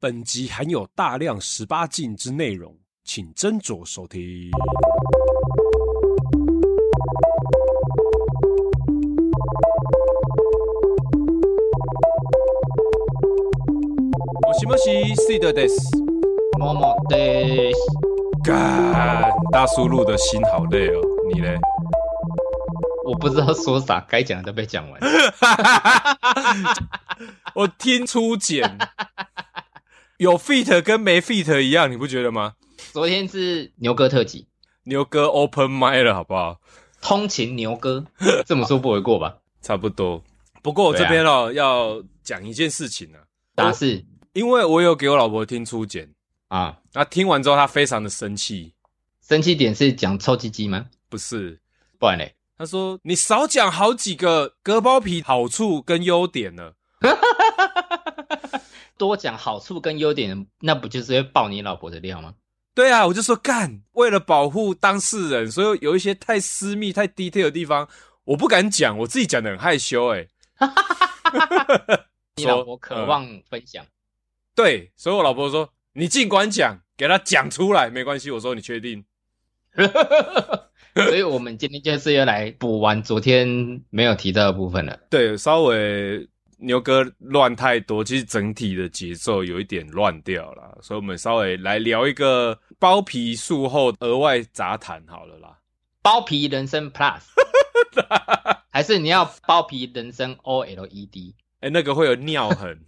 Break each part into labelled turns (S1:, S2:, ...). S1: 本集含有大量十八禁之内容，请斟酌收听。我西莫西 C 的 des，
S2: 么么的，
S1: 干大叔录的心好累哦，你嘞？
S2: 我不知道说啥，该讲的都被讲完。
S1: 我听初剪，有 fit 跟没 fit 一样，你不觉得吗？
S2: 昨天是牛哥特辑，
S1: 牛哥 open mic 了，好不好？
S2: 通勤牛哥，这么说不为过吧？
S1: 差不多。不过我这边哦、要讲一件事情啊，
S2: 打是
S1: 因为我有给我老婆听初剪，
S2: 啊，
S1: 那听完之后她非常的生气，
S2: 生气点是讲臭鸡鸡吗？
S1: 不是？
S2: 不然嘞，
S1: 她说你少讲好几个割包皮好处跟优点了。
S2: 多讲好处跟优点，那不就是会爆你老婆的料吗？
S1: 对啊，我就说干，为了保护当事人，所以有一些太私密、太 detail 的地方，我不敢讲，我自己讲的很害羞、欸。哎，
S2: 你老婆渴望分享，
S1: 对，所以我老婆说你尽管讲，给她讲出来没关系。我说你确定？
S2: 所以我们今天就是要来补完昨天没有提到的部分了。
S1: 对，稍微牛哥乱太多，其实整体的节奏有一点乱掉了，所以我们稍微来聊一个包皮术后额外杂谈好了啦。
S2: 包皮人生 Plus，还是你要包皮人生 E OLED？
S1: 哎、那个会有尿痕，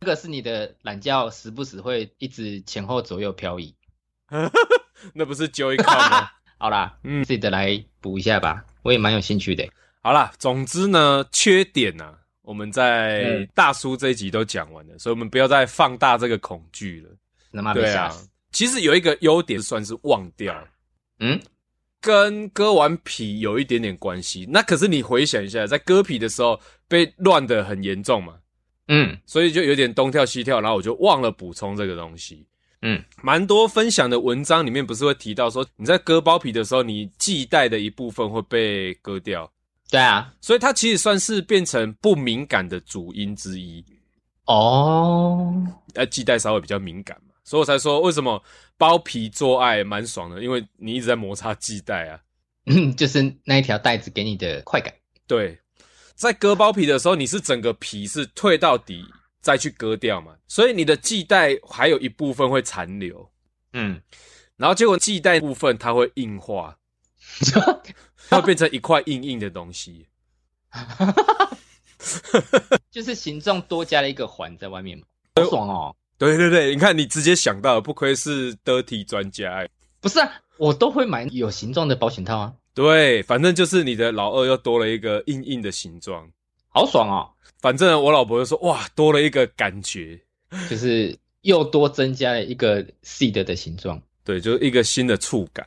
S2: 这个是你的懒觉时不时会一直前后左右漂移。
S1: 那不是 Joy Con 吗？
S2: 好啦，嗯，自己的来补一下吧，我也蛮有兴趣的。
S1: 好啦，总之呢，缺点呢、啊，我们在
S2: 嗯
S1: 大叔这一集都讲完了，所以我们不要再放大这个恐惧了。
S2: 他妈被
S1: 对
S2: 吓
S1: 啊
S2: 死！，
S1: 其实有一个优点算是忘掉，
S2: 嗯，
S1: 跟割完皮有一点点关系。那可是你回想一下，在割皮的时候被乱的很严重嘛，
S2: 嗯
S1: 所以就有点东跳西跳，然后我就忘了补充这个东西。
S2: 嗯，
S1: 蛮多分享的文章里面不是会提到说，你在割包皮的时候，你系带的一部分会被割掉。
S2: 对啊，
S1: 所以它其实算是变成不敏感的主因之一，
S2: 哦，
S1: 呃，系带稍微比较敏感嘛，所以我才说为什么包皮做爱蛮爽的，因为你一直在摩擦系带啊。
S2: 嗯就是那一条带子给你的快感。
S1: 对，在割包皮的时候，你是整个皮是退到底再去割掉嘛，所以你的系带还有一部分会残留，
S2: 嗯，
S1: 然后结果系带部分它会硬化，它会变成一块硬硬的东西。
S2: 就是形状多加了一个环在外面嘛，
S1: 呃
S2: 好爽哦！
S1: 对对对，你看你直接想到了，不愧是 dirty 专家、哎
S2: 不是啊，我都会买有形状的保险套啊，
S1: 对，反正就是你的老二又多了一个硬硬的形状。
S2: 好爽哦！
S1: 反正我老婆就说：“哇，多了一个感觉，
S2: 就是又多增加了一个 seed 的形状。
S1: 对，就是一个新的触感。”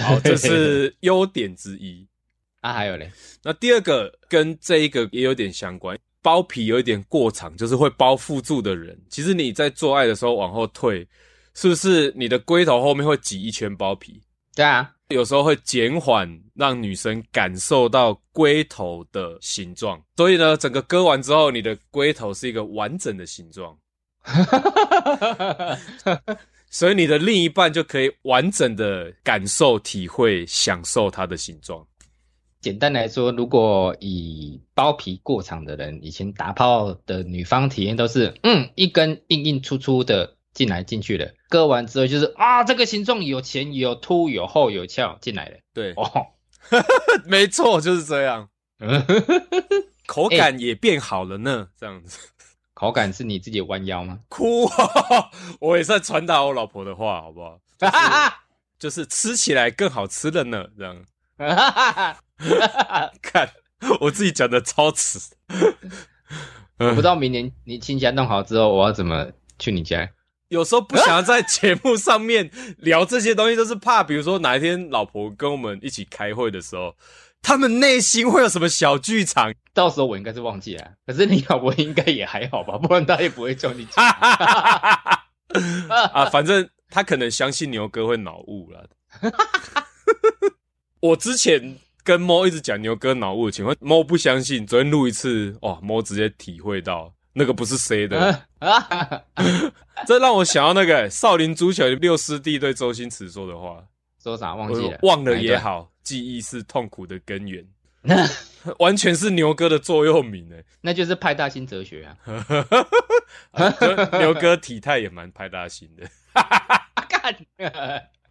S1: 好，哦这是优点之一。
S2: 啊，还有嘞，
S1: 那第二个跟这一个也有点相关，包皮有一点过长，就是会包覆住的人，其实你在做爱的时候往后退，是不是你的龟头后面会挤一圈包皮？
S2: 对 啊，
S1: 有时候会减缓让女生感受到龟头的形状，所以呢，整个割完之后，你的龟头是一个完整的形状，所以你的另一半就可以完整的感受、体会、享受它的形状。
S2: 简单来说，如果以包皮过长的人，以前打炮的女方体验都是，嗯，一根硬硬粗粗的进来进去了，割完之后就是啊，这个形状有前有凸有厚有翘进来了，
S1: 对，
S2: 哦，
S1: 没错，就是这样，口感也变好了呢。这样子，
S2: 口感是你自己弯腰吗？
S1: 哭、哦，我也在传达我老婆的话，好不好？就是吃起来更好吃了呢，这样。 看我自己讲的超迟，
S2: 我不知道明年你亲家弄好之后，我要怎么去你家？
S1: 有时候不想要在节目上面聊这些东西，就是怕，比如说哪一天老婆跟我们一起开会的时候，他们内心会有什么小剧场。
S2: 到时候我应该是忘记了，可是你老婆应该也还好吧，不然她也不会叫你去。
S1: 啊，反正他可能相信牛哥会脑雾了。 我之前跟哦猫一直讲牛哥脑雾的情况，猫不相信。昨天录一次，哇，猫直接体会到，那个不是谁的，
S2: 啊啊！
S1: 这让我想到那个、少林足球六师弟对周星驰说的话，
S2: 说啥忘
S1: 我
S2: 记了，
S1: 忘了
S2: 哪一
S1: 也
S2: 段。
S1: 好，记忆是痛苦的根源，
S2: 哎
S1: 完全是牛哥的座右铭哎、
S2: 那就是派大星哲 学啊！
S1: 啊这牛哥体态也蛮派大星的。
S2: 啊干，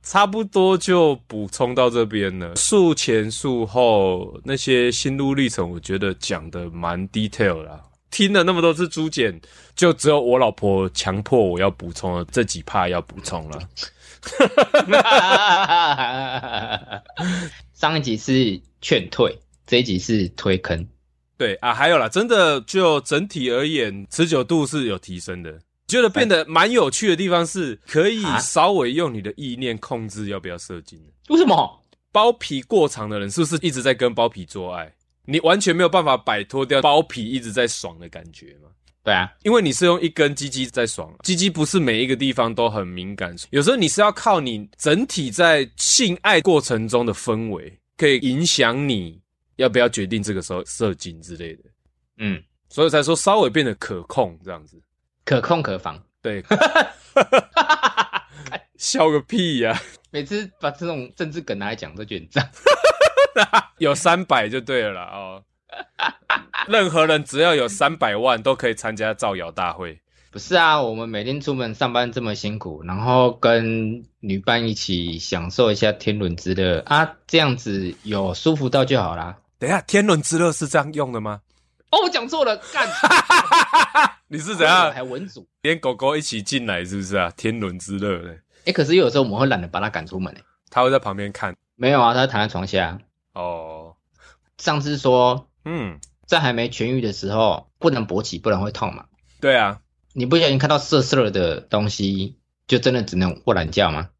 S1: 差不多就补充到这边了。术前术后那些心路历程，我觉得讲的蛮 detail 啦。听了那么多次朱简，就只有我老婆强迫我要补充了这几趴要补充了。
S2: 上一集是劝退，这一集是推坑。
S1: 对啊，还有啦，真的就整体而言，持久度是有提升的。觉得变得蛮有趣的地方是，可以
S2: 啊
S1: 稍微用你的意念控制要不要射精。
S2: 为什么？
S1: 包皮过长的人是不是一直在跟包皮做爱？你完全没有办法摆脱掉包皮一直在爽的感觉吗？
S2: 对啊，
S1: 因为你是用一根鸡鸡在爽，啊鸡鸡不是每一个地方都很敏感，有时候你是要靠你整体在性爱过程中的氛围，可以影响你要不要决定这个时候射精之类的，
S2: 嗯，
S1: 所以才说稍微变得可控这样子。
S2: 可控可防。
S1: 对， 笑个屁呀、
S2: 每次把这种政治梗拿来讲，都觉得很脏。
S1: 有三百就对了啦哦。任何人只要有三百万都可以参加造谣大会。
S2: 不是啊，我们每天出门上班这么辛苦，然后跟女伴一起享受一下天伦之乐啊，这样子有舒服到就好啦。
S1: 等一下，天伦之乐是这样用的吗？
S2: 哦，我讲错了，干，
S1: 你是怎样
S2: 还文组？
S1: 连狗狗一起进来是不是啊？天伦之乐嘞，
S2: 哎、可是有时候我们会懒得把他赶出门、欸、
S1: 他会在旁边看
S2: 没有啊，他躺在床下。
S1: 哦。
S2: 上次说
S1: 嗯，
S2: 在还没痊愈的时候不能勃起，不然会痛嘛。
S1: 对啊，
S2: 你不小心看到色色的东西，就真的只能卧懒觉吗？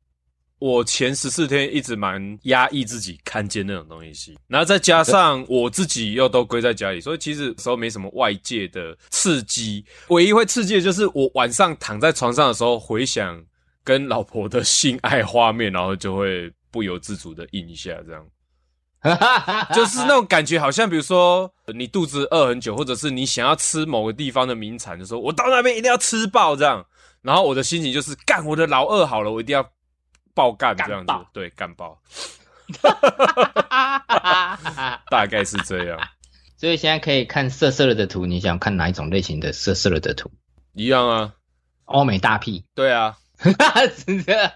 S1: 我前十四天一直蛮压抑自己看见那种东西，然后再加上我自己又都归在家里，所以其实有时候没什么外界的刺激，唯一会刺激的就是我晚上躺在床上的时候回想跟老婆的性爱画面，然后就会不由自主的应一下这样。
S2: 啊
S1: 就是那种感觉，好像比如说呃你肚子饿很久，或者是你想要吃某个地方的名产的时候，我到那边一定要吃爆这样。然后我的心情就是干我的老二好了，我一定要爆干这样子
S2: 干爆，
S1: 对，干爆，大概是这样。
S2: 所以现在可以看色色的图，你想看哪一种类型的色色的图？
S1: 一样啊，
S2: 欧美大屁，
S1: 对啊，
S2: 是这样。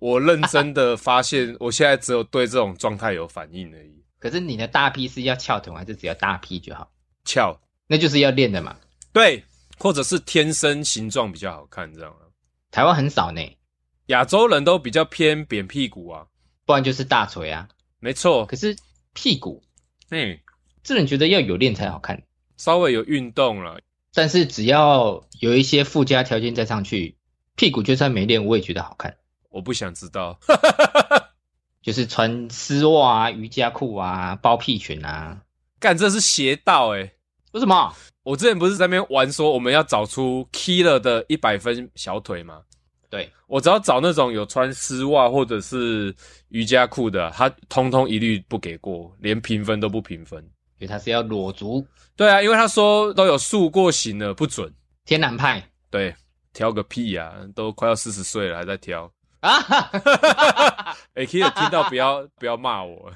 S1: 我认真的发现， 我现在只有对这种状态有反应而已。
S2: 可是你的大屁是要翘臀还是只要大屁就好？
S1: 翘，
S2: 那就是要练的嘛。
S1: 对，或者是天生形状比较好看这样啊。
S2: 台湾很少呢，
S1: 亚洲人都比较偏扁屁股啊，
S2: 不然就是大锤啊。
S1: 没错，
S2: 可是屁股，
S1: 嗯，
S2: 这人觉得要有练才好看，
S1: 稍微有运动了，
S2: 但是只要有一些附加条件再上去，屁股就算没练我也觉得好看，
S1: 我不想知道。
S2: 就是穿丝袜啊、瑜伽裤啊、包屁裙啊。
S1: 干，这是邪道哎、
S2: 为什么？
S1: 我之前不是在那边玩说我们要找出 Killer 的一百分小腿吗？
S2: 对，
S1: 我只要找那种有穿丝袜或者是瑜伽裤的，啊他通通一律不给过，连评分都不评分。
S2: 因为他是要裸足
S1: 对啊，因为他说都有塑过形了，不准。
S2: 天然派。
S1: 对，挑个屁呀、都快要四十岁了还在挑。
S2: 啊哈哈！
S1: 哎、k i l l e r 听到不要 不要骂我，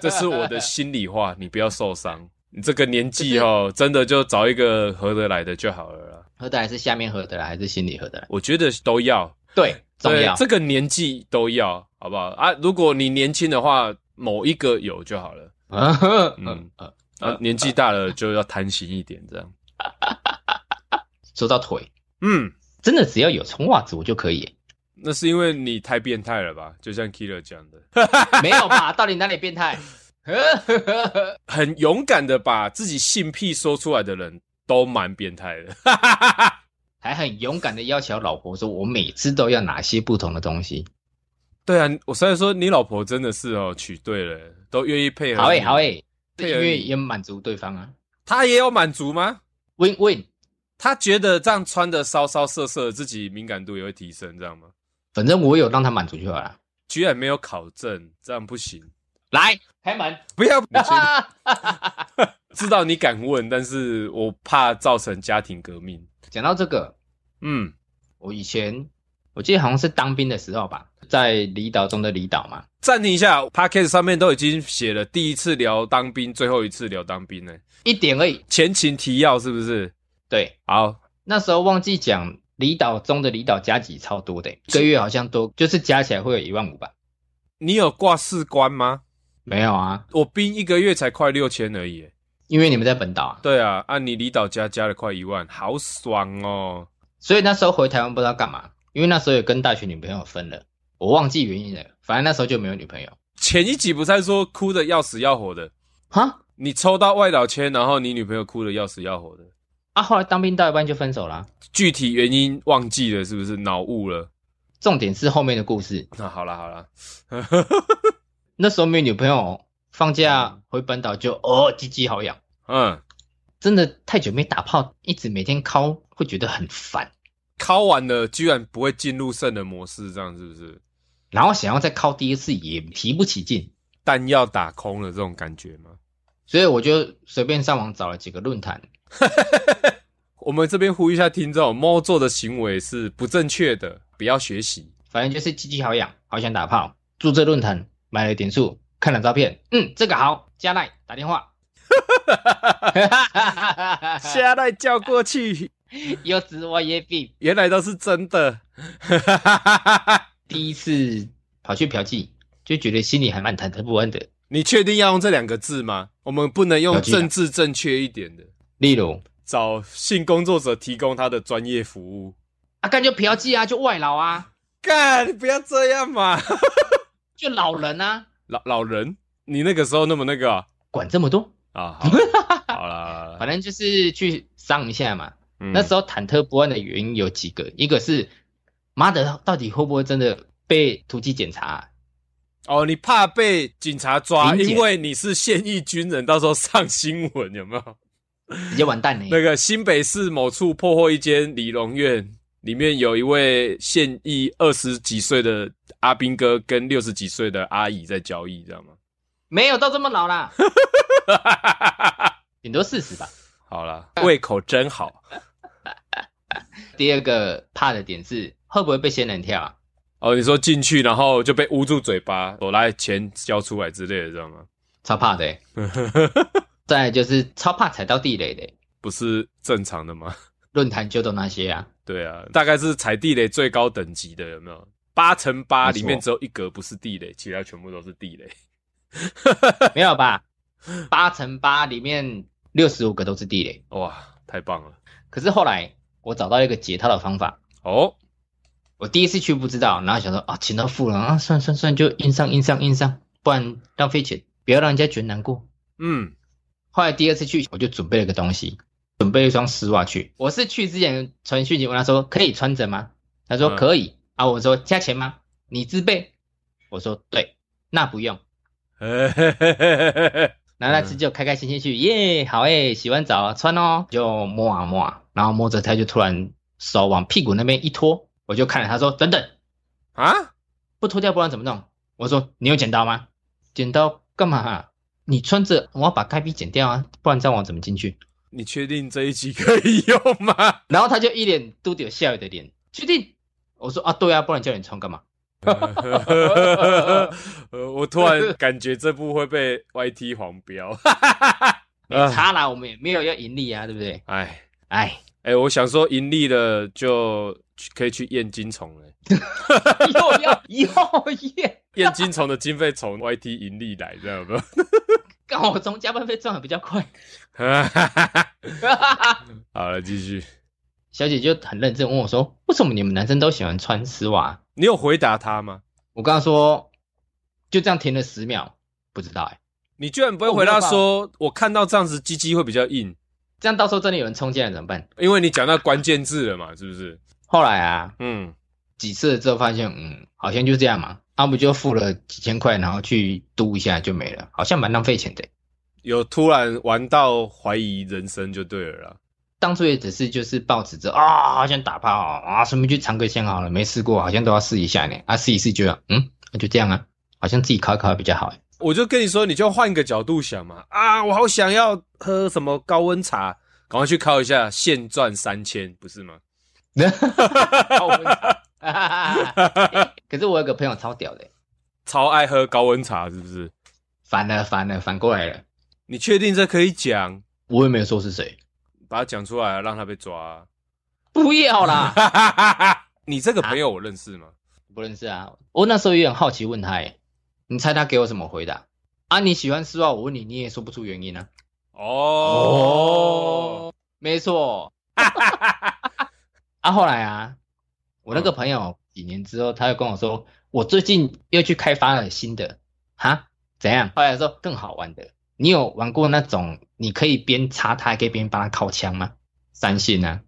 S1: 这是我的心里话，你不要受伤。你这个年纪哦，真的就找一个合得来的就好了啦。
S2: 喝的还是下面喝的啦，还是心里喝的啦？
S1: 我觉得都要，
S2: 对，重
S1: 对
S2: 要。
S1: 这个年纪都要，好不好啊？如果你年轻的话，某一个有就好了。嗯
S2: 嗯，呃
S1: 啊，年纪大了就要贪心一点，这样。
S2: 说到腿，
S1: 嗯，
S2: 真的只要有穿袜子我就可以耶，
S1: 那是因为你太变态了吧？就像 Killer 讲的，
S2: 没有吧？到底哪里变态？
S1: 很勇敢的把自己性癖说出来的人都蛮变态的。
S2: 还很勇敢的要求老婆说，我每次都要哪些不同的东西。
S1: 对啊，我所以说你老婆真的是哦，娶对了，都愿意配合。
S2: 好诶，欸好，诶，
S1: 对
S2: 因
S1: 而
S2: 为
S1: 已
S2: 也满足对方啊
S1: 她也有满足吗？
S2: ，win win，
S1: 她觉得这样穿的骚骚色色的，自己敏感度也会提升，这样吗？
S2: 反正我有让他满足就好了。
S1: 居然没有考证，这样不行。
S2: 来开门，
S1: 不要，你确定知道你敢问，但是我怕造成家庭革命。
S2: 讲到这个，
S1: 嗯，
S2: 我以前我记得好像是当兵的时候吧，在离岛中的离岛嘛，
S1: 暂停一下 p a c k a g e 上面都已经写了第一次聊当兵，最后一次聊当兵呢、
S2: 一点而已。
S1: 前情提要是不是？
S2: 对，
S1: 好，
S2: 那时候忘记讲离岛中的离岛加级超多的、一个月好像多，就是加起来会有一万五吧？
S1: 你有挂士官吗？
S2: 没有啊，
S1: 我兵一个月才快六千而已耶。
S2: 因为你们在本岛啊，
S1: 对啊，按、你离岛加加了快一万，好爽哦！
S2: 所以那时候回台湾不知道干嘛，因为那时候也跟大学女朋友分了，我忘记原因了，反正那时候就没有女朋友。
S1: 前一集不是说哭的要死要活的，
S2: 哈
S1: 你抽到外岛签，然后你女朋友哭的要死要活的，
S2: 啊，后来当兵到一半就分手啦、
S1: 具体原因忘记了是不是？脑雾了？
S2: 重点是后面的故事。
S1: 那好啦好啦，
S2: 那时候没有女朋友，放假回本岛就哦，鸡鸡好痒，
S1: 嗯，
S2: 真的太久没打炮，一直每天敲会觉得很烦，
S1: 敲完了居然不会进入圣人模式，这样是不是？
S2: 然后想要再敲第一次也提不起劲，
S1: 弹药打空了这种感觉吗？
S2: 所以我就随便上网找了几个论坛，
S1: 我们这边呼吁一下听众，猫做的行为是不正确的，不要学习。
S2: 反正就是鸡鸡好痒，好想打炮，注册论坛买了点数，看了照片，嗯，这个好，加赖打电话，
S1: 下来叫过去，
S2: 又知我也比
S1: 原来都是真的。
S2: 第一次跑去嫖妓，就觉得心里还蛮忐忑不安的。
S1: 你确定要用这两个字吗？我们不能用
S2: 了解了
S1: 政治正确一点的，
S2: 例如，
S1: 找性工作者提供他的专业服务。
S2: 啊，干就嫖妓啊，就外劳啊，
S1: 干，你不要这样嘛！
S2: 就老人啊，
S1: 老老人，你那个时候那么那个啊？
S2: 管这么多，
S1: 啊 好啦好啦，好啦
S2: 反正就是去上一下嘛。
S1: 嗯
S2: 那时候忐忑不安的原因有几个，一个是妈的，到底会不会真的被突击检查啊、
S1: 哦，你怕被警察抓，
S2: 林姐
S1: 因为你是现役军人，到时候上新闻有没有？
S2: 直接完蛋呢、
S1: 那个新北市某处破获一间理容院，里面有一位现役二十几岁的阿兵哥跟六十几岁的阿姨在交易，知道吗？
S2: 没有到这么 老啦，顶多四十吧。
S1: 好啦，胃口真好
S2: 第二个怕的点是会不会被仙人跳啊？
S1: 哦！你说进去然后就被捂住嘴巴，我来钱交出来之类的，知道吗？
S2: 超怕 的、欸。再来就是超怕踩到地雷的欸、
S1: 不是正常的吗？
S2: 论坛就都那些啊。
S1: 对啊，大概是踩地雷最高等级的，有没有？八乘八
S2: 没错
S1: 里面只有一格不是地雷，其他全部都是地雷。
S2: 没有吧？八乘八里面六十五个都是地雷。
S1: 哇，太棒了！
S2: 可是后来我找到一个解套的方法，
S1: 哦，
S2: 我第一次去不知道，然后想说啊，钱都付了啊，算算算，就硬上硬上硬上，不然浪费钱，不要让人家觉得难过。
S1: 嗯，
S2: 后来第二次去，我就准备了个东西，准备了一双丝袜去。我是去之前传讯息问他说可以穿着吗？他说
S1: 嗯
S2: 可以、啊。我说加钱吗？你自备？我说对，那不用。然后那次就开开心心去，耶，好诶，洗完澡穿哦，就摸啊摸啊，然后摸着他就突然手往屁股那边一拖，我就看着他说，等等，
S1: 啊，
S2: 不脱掉不然怎么弄？我说你有剪刀吗？剪刀干嘛、啊？你穿着我要把该逼剪掉啊，不然这样我怎么进去？
S1: 你确定这一集可以用吗？
S2: 然后他就一脸嘟嘟有笑意的脸，确定？我说啊，对啊，不然叫你穿干嘛？
S1: 呃，我突然感觉这部会被 YT 黄 标。啊，
S2: 查啦，我们也没有要盈利啊，对不对？
S1: 哎
S2: 哎，
S1: 哎，我想说盈利了就去可以去验金虫了。
S2: 又要又要，
S1: 验金虫的经费从 YT 盈利来，知道 吗？
S2: 刚好我从加班费赚的比较快。
S1: 好了，继续。
S2: 小姐就很认真问我说：“为什么你们男生都喜欢穿丝袜啊
S1: 你有回答他吗？？”
S2: 我跟她说，就这样停了十秒，不知道哎、
S1: 你居然不会回答说，哦我看到这样子鸡鸡会比较硬，
S2: 这样到时候真的有人冲进来怎么办？
S1: 因为你讲到关键字了嘛，是不是？
S2: 后来啊，
S1: 嗯，
S2: 几次了之后发现，嗯，好像就这样嘛，阿、啊、不就付了几千块，然后去嘟一下就没了，好像蛮浪费钱的欸、
S1: 有突然玩到怀疑人生就对了啦。
S2: 当初也只是就是抱持着啊，好想打炮哦啊，顺便去尝个鲜好了，没试过，好像都要试一下呢。啊，试一试就要，嗯，那就这样啊，好像自己考一考比较好欸。
S1: 我就跟你说，你就换个角度想嘛。啊，我好想要喝什么高温茶，赶快去靠一下，现赚三千，不是 吗？
S2: 欸高温茶欸 可是我有个朋友超屌的、
S1: 超爱喝高温茶，是不是？
S2: 反了反了反过来了，
S1: 你确定这可以讲？
S2: 我也没有说是谁，
S1: 把它讲出来啊，让他被抓啊、
S2: 不要啦，
S1: 你这个朋友我认识吗？
S2: 不认识啊。我那时候也很好奇问他、欸，你猜他给我什么回答？啊，你喜欢丝袜，我问你，你也说不出原因啊。
S1: 哦，
S2: 没错，啊，后来啊，我那个朋友几年之后，他又跟我说，我最近又去开发了新的，哈，怎样？后来说更好玩的，你有玩过那种你可以边插它还可以边帮它靠枪吗？三性啊，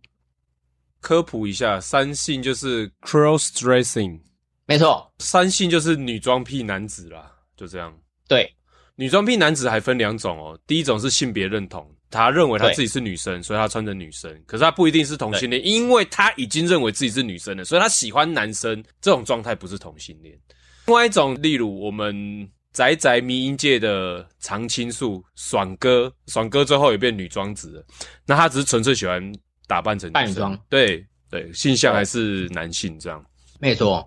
S1: 科普一下，三性就是 cross dressing，
S2: 没错，
S1: 三性就是女装癖男子啦，就这样。
S2: 对，
S1: 女装癖男子还分两种哦，第一种是性别认同，他认为他自己是女生，所以他穿着女生，可是他不一定是同性恋，因为他已经认为自己是女生了，所以他喜欢男生，这种状态不是同性恋。另外一种，例如我们宅宅迷音界的常青树爽哥，爽哥最后也变女装子了，那他只是纯粹喜欢打扮成女生
S2: 扮装，
S1: 对对，性向还是男性这样，
S2: 没错。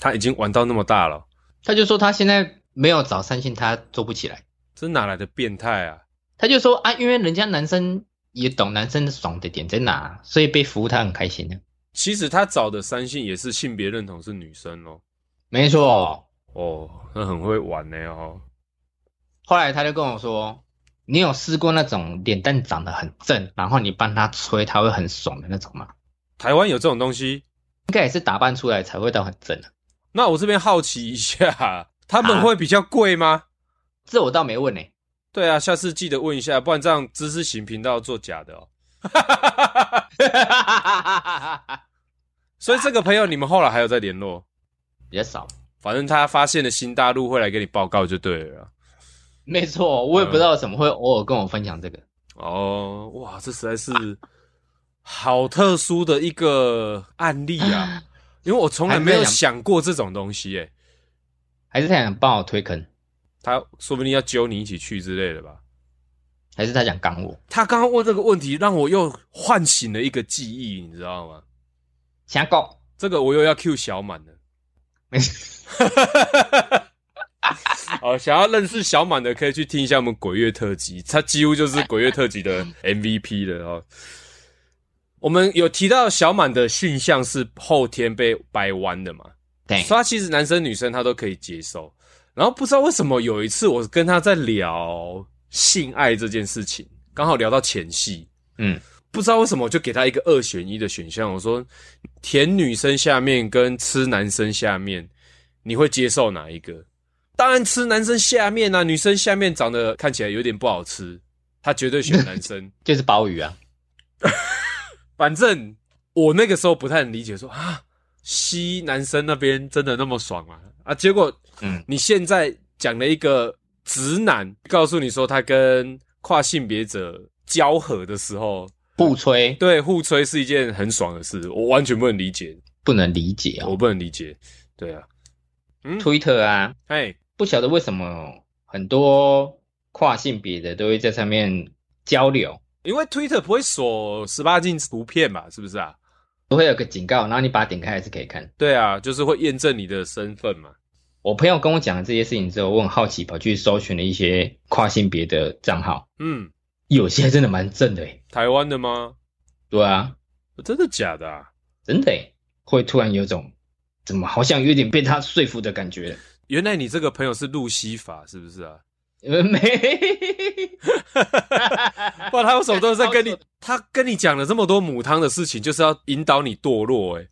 S1: 他已经玩到那么大了，
S2: 他就说他现在没有找三性，他做不起来。
S1: 这哪来的变态啊？
S2: 他就说啊，因为人家男生也懂男生爽的点在哪，所以被服务他很开心的。
S1: 其实他找的三性也是性别认同是女生哦。
S2: 没错，
S1: 哦，那很会玩呢哦。
S2: 后来他就跟我说，你有试过那种脸蛋长得很正，然后你帮他吹，他会很爽的那种吗？
S1: 台湾有这种东西？
S2: 应该也是打扮出来才会到很正啊。
S1: 那我这边好奇一下， 他们会比较贵吗？
S2: 这我倒没问呢、
S1: 对啊，下次记得问一下，不然这样知识型频道做假的哦。所以这个朋友你们后来还有在联络，
S2: 比较少。
S1: 反正他发现了新大陆会来给你报告就对了啦。
S2: 没错，我也不知道怎么会偶尔跟我分享这个。
S1: 哦，哇，这实在是好特殊的一个案例 啊！因为我从来没有想过这种东西、耶。
S2: 还是他想帮我推坑，
S1: 他说不定要揪你一起去之类的吧。
S2: 还是他想刚我，
S1: 他刚刚问这个问题，让我又唤醒了一个记忆，你知道吗？
S2: 瞎搞。
S1: 这个我又要 Q 小满了。
S2: 没事，
S1: 哦，想要认识小满的，可以去听一下我们鬼月特辑，他几乎就是鬼月特辑的 MVP 了哦。我们有提到小满的驯象是后天被掰弯的嘛？
S2: 对，
S1: 所以他其实男生女生他都可以接受。然后不知道为什么有一次我跟他在聊性爱这件事情，刚好聊到前戏，
S2: 嗯，
S1: 不知道为什么我就给他一个二选一的选项，我说舔女生下面跟吃男生下面，你会接受哪一个？当然吃男生下面啊，女生下面长得看起来有点不好吃，他绝对选男生。
S2: 就是鲍鱼啊，
S1: 反正我那个时候不太能理解说，啊，西男生那边真的那么爽啊啊！结果
S2: 嗯，
S1: 你现在讲了一个直男，告诉你说他跟跨性别者交合的时候，
S2: 不吹
S1: 对互吹是一件很爽的事，我完全不能理解，
S2: 不能理解啊、
S1: 我不能理解。对啊，
S2: Twitter 啊，
S1: 哎，
S2: 不晓得为什么很多跨性别的都会在上面交流，
S1: 因为 Twitter 不会锁十八禁图片嘛，是不是啊？
S2: 都会有个警告，然后你把它点开还是可以看。
S1: 对啊，就是会验证你的身份嘛。
S2: 我朋友跟我讲了这些事情之后，我很好奇，跑去搜寻了一些跨性别的账号，
S1: 嗯，
S2: 有些还真的蛮正的诶。
S1: 台湾的吗？
S2: 对啊，
S1: 真的假的啊？
S2: 真的诶，会突然有种怎么好像有点被他说服的感觉。
S1: 原来你这个朋友是路西法，是不是啊？
S2: 呃，没，
S1: 哇，他为什么都在跟你？他跟你讲了这么多母汤的事情，就是要引导你堕落、欸。哎，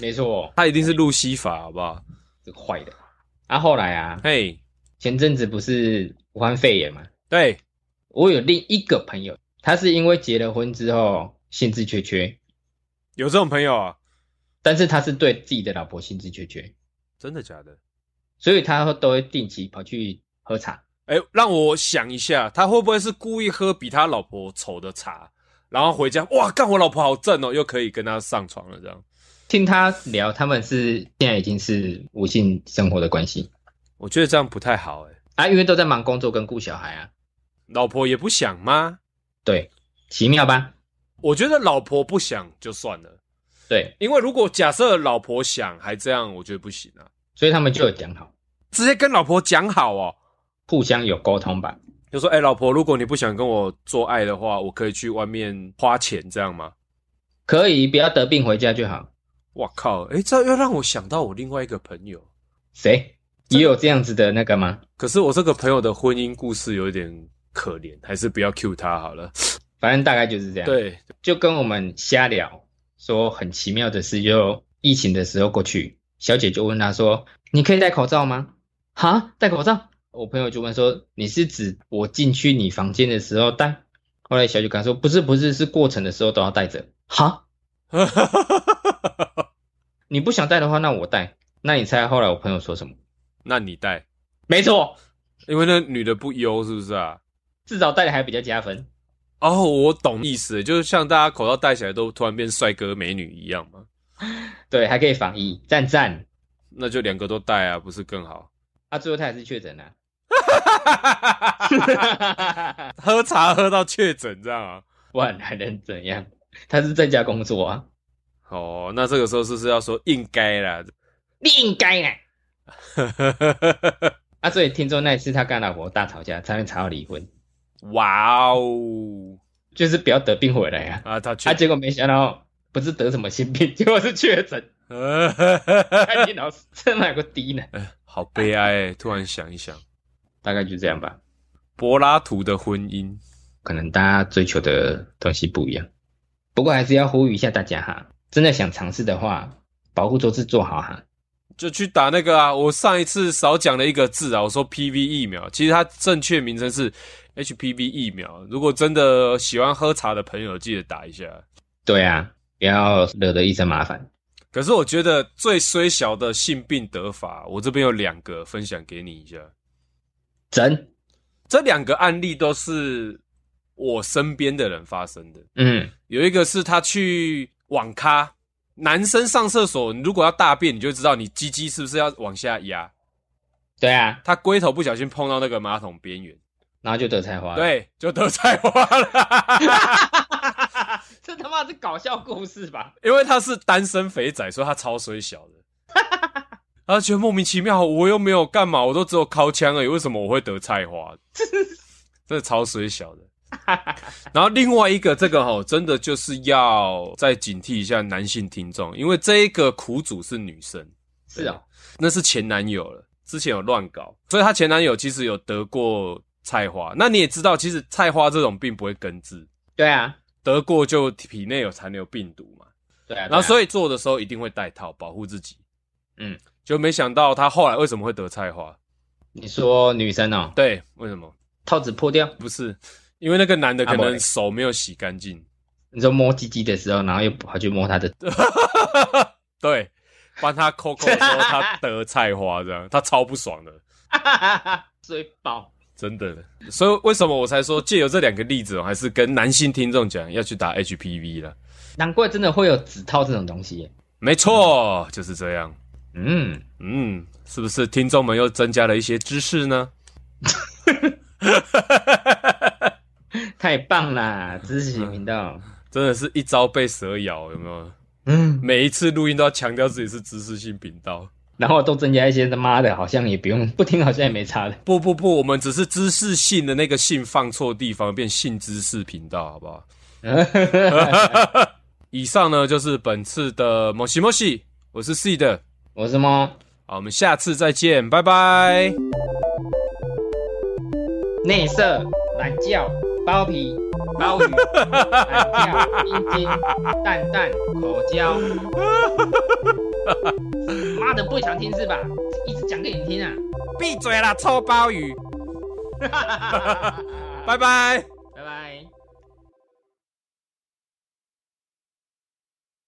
S2: 没错，
S1: 他一定是路西法，好不好？
S2: 这个坏的。啊，后来啊，
S1: 嘿、
S2: 前阵子不是武汉肺炎嘛，
S1: 对，
S2: 我有另一个朋友，他是因为结了婚之后兴致缺缺，
S1: 有这种朋友啊？
S2: 但是他是对自己的老婆兴致缺缺，
S1: 真的假的？
S2: 所以他都会定期跑去喝茶。
S1: 哎、让我想一下，他会不会是故意喝比他老婆丑的茶，然后回家哇，干我老婆好正哦，又可以跟他上床了这样？
S2: 听他聊，他们是现在已经是无性生活的关系，
S1: 我觉得这样不太好哎、
S2: 啊，因为都在忙工作跟顾小孩啊。
S1: 老婆也不想吗？
S2: 对，奇妙吧？
S1: 我觉得老婆不想就算了，
S2: 对，
S1: 因为如果假设老婆想还这样，我觉得不行啊。
S2: 所以他们就有讲好，
S1: 直接跟老婆讲好哦，
S2: 互相有沟通吧。
S1: 就说：“哎、老婆，如果你不想跟我做爱的话，我可以去外面花钱，这样吗
S2: 可以不要得病回家就好。？”
S1: 哇靠！哎、这又让我想到我另外一个朋友，
S2: 谁也有这样子的那个吗？
S1: 可是我这个朋友的婚姻故事有点可怜，还是不要 Q 他好了。
S2: 反正大概就是这样。，
S1: 对，
S2: 就跟我们瞎聊，说很奇妙的事，就疫情的时候过去，小姐就问他说：“你可以戴口罩吗？”哈，戴口罩？我朋友就问说：“你是指我进去你房间的时候戴？”后来小姐跟他说：“不是，不是，是过程的时候都要戴着。”哈，你不想戴的话，那我戴。那你猜后来我朋友说什么？
S1: 那你带，
S2: 没错，
S1: 因为那女的不优，是不是啊？
S2: 至少戴的还比较加分。
S1: 哦，我懂意思，就是像大家口罩戴起来都突然变帅哥美女一样嘛，
S2: 对，还可以防疫，赞赞。
S1: 那就两个都戴啊，不是更好？
S2: 啊，最后他还是确诊 了、啊，
S1: 喝茶喝到确诊这样啊？
S2: 不然还能怎样？他是在家工作啊，
S1: 哦，那这个时候是不是要说应该啦？
S2: 你应该啦。啊，所以听说那一次他跟他老婆大吵架，差点吵到离婚，
S1: 哇哦！
S2: 就是不要得病回来啊。
S1: 啊，他确
S2: 啊，结果没想到不是得什么心病，结 果是确诊。看你老师真哪个低呢？
S1: 哎好悲哀、欸！突然想一想，
S2: 大概就这样吧。
S1: 柏拉图的婚姻，
S2: 可能大家追求的东西不一样，不过还是要呼吁一下大家哈，真的想尝试的话，保护措施做好哈。
S1: 就去打那个啊！我上一次少讲了一个字啊，我说 PV 疫苗，其实它正确名称是 HPV 疫苗。E 如果真的喜欢喝茶的朋友，记得打一下。
S2: 对啊，不要惹得一身麻烦。
S1: 可是我觉得最虽小的性病得法，我这边有两个分享给你一下。
S2: 真，
S1: 这两个案例都是我身边的人发生的。
S2: 嗯，
S1: 有一个是他去网咖，男生上厕所，你如果要大便，你就知道你鸡鸡是不是要往下压。
S2: 对啊，
S1: 他龟头不小心碰到那个马桶边缘，
S2: 然后就得菜花。，
S1: 对，就得菜花了。
S2: 这他妈是搞笑故事吧？
S1: 因为他是单身肥仔，所以他超水小的。他觉得莫名其妙，我又没有干嘛，我都只有靠枪而已，为什么我会得菜花？真的超水小的。然后另外一个这个吼，真的就是要再警惕一下男性听众，因为这一个苦主是女生，
S2: 是哦，
S1: 那是前男友了，之前有乱搞，所以她前男友其实有得过菜花。那你也知道，其实菜花这种病不会根治，
S2: 对啊，
S1: 得过就体内有残留病毒嘛。
S2: 对啊。
S1: 然后
S2: 以，
S1: 所以做的时候一定会戴套保护自己，
S2: 嗯，
S1: 就没想到她后来为什么会得菜花？
S2: 你说女生哦，
S1: 对，为什么？
S2: 套子破掉，
S1: 不是因为那个男的可
S2: 啊不
S1: 能
S2: 然
S1: 手没有洗干净，
S2: 你说摸鸡鸡的时候，然后又跑去摸他的，
S1: 对，帮他抠抠的时候，他得菜花，这样他超不爽的，
S2: 追爆。
S1: 真的。所以为什么我才说借由这两个例子哦，还是跟男性听众讲要去打 HPV 了？
S2: 难怪真的会有指套这种东西耶。
S1: 没错，就是这样。
S2: 嗯，
S1: 嗯，是不是听众们又增加了一些知识呢？
S2: 太棒啦，知识型频道。
S1: 真的是一朝被蛇咬，有没有？
S2: 嗯，
S1: 每一次录音都要强调自己是知识性频道。
S2: 然后都增加一些他妈的，好像也不用不听，好像也没差的。
S1: 不不不，我们只是知识性的那个性放错地方，变性知识频道，好不 好？以上呢就是本次的摩西摩西，我是 C 的，
S2: 我是猫，
S1: 好，我们下次再见，拜拜。
S2: 内射、懒觉、包皮、包鱼、懒觉、阴茎、蛋蛋、口 交。妈的，不想听是吧？一直讲给你听啊
S1: 闭嘴啦，臭鲍鱼，
S2: 啊！
S1: 拜拜。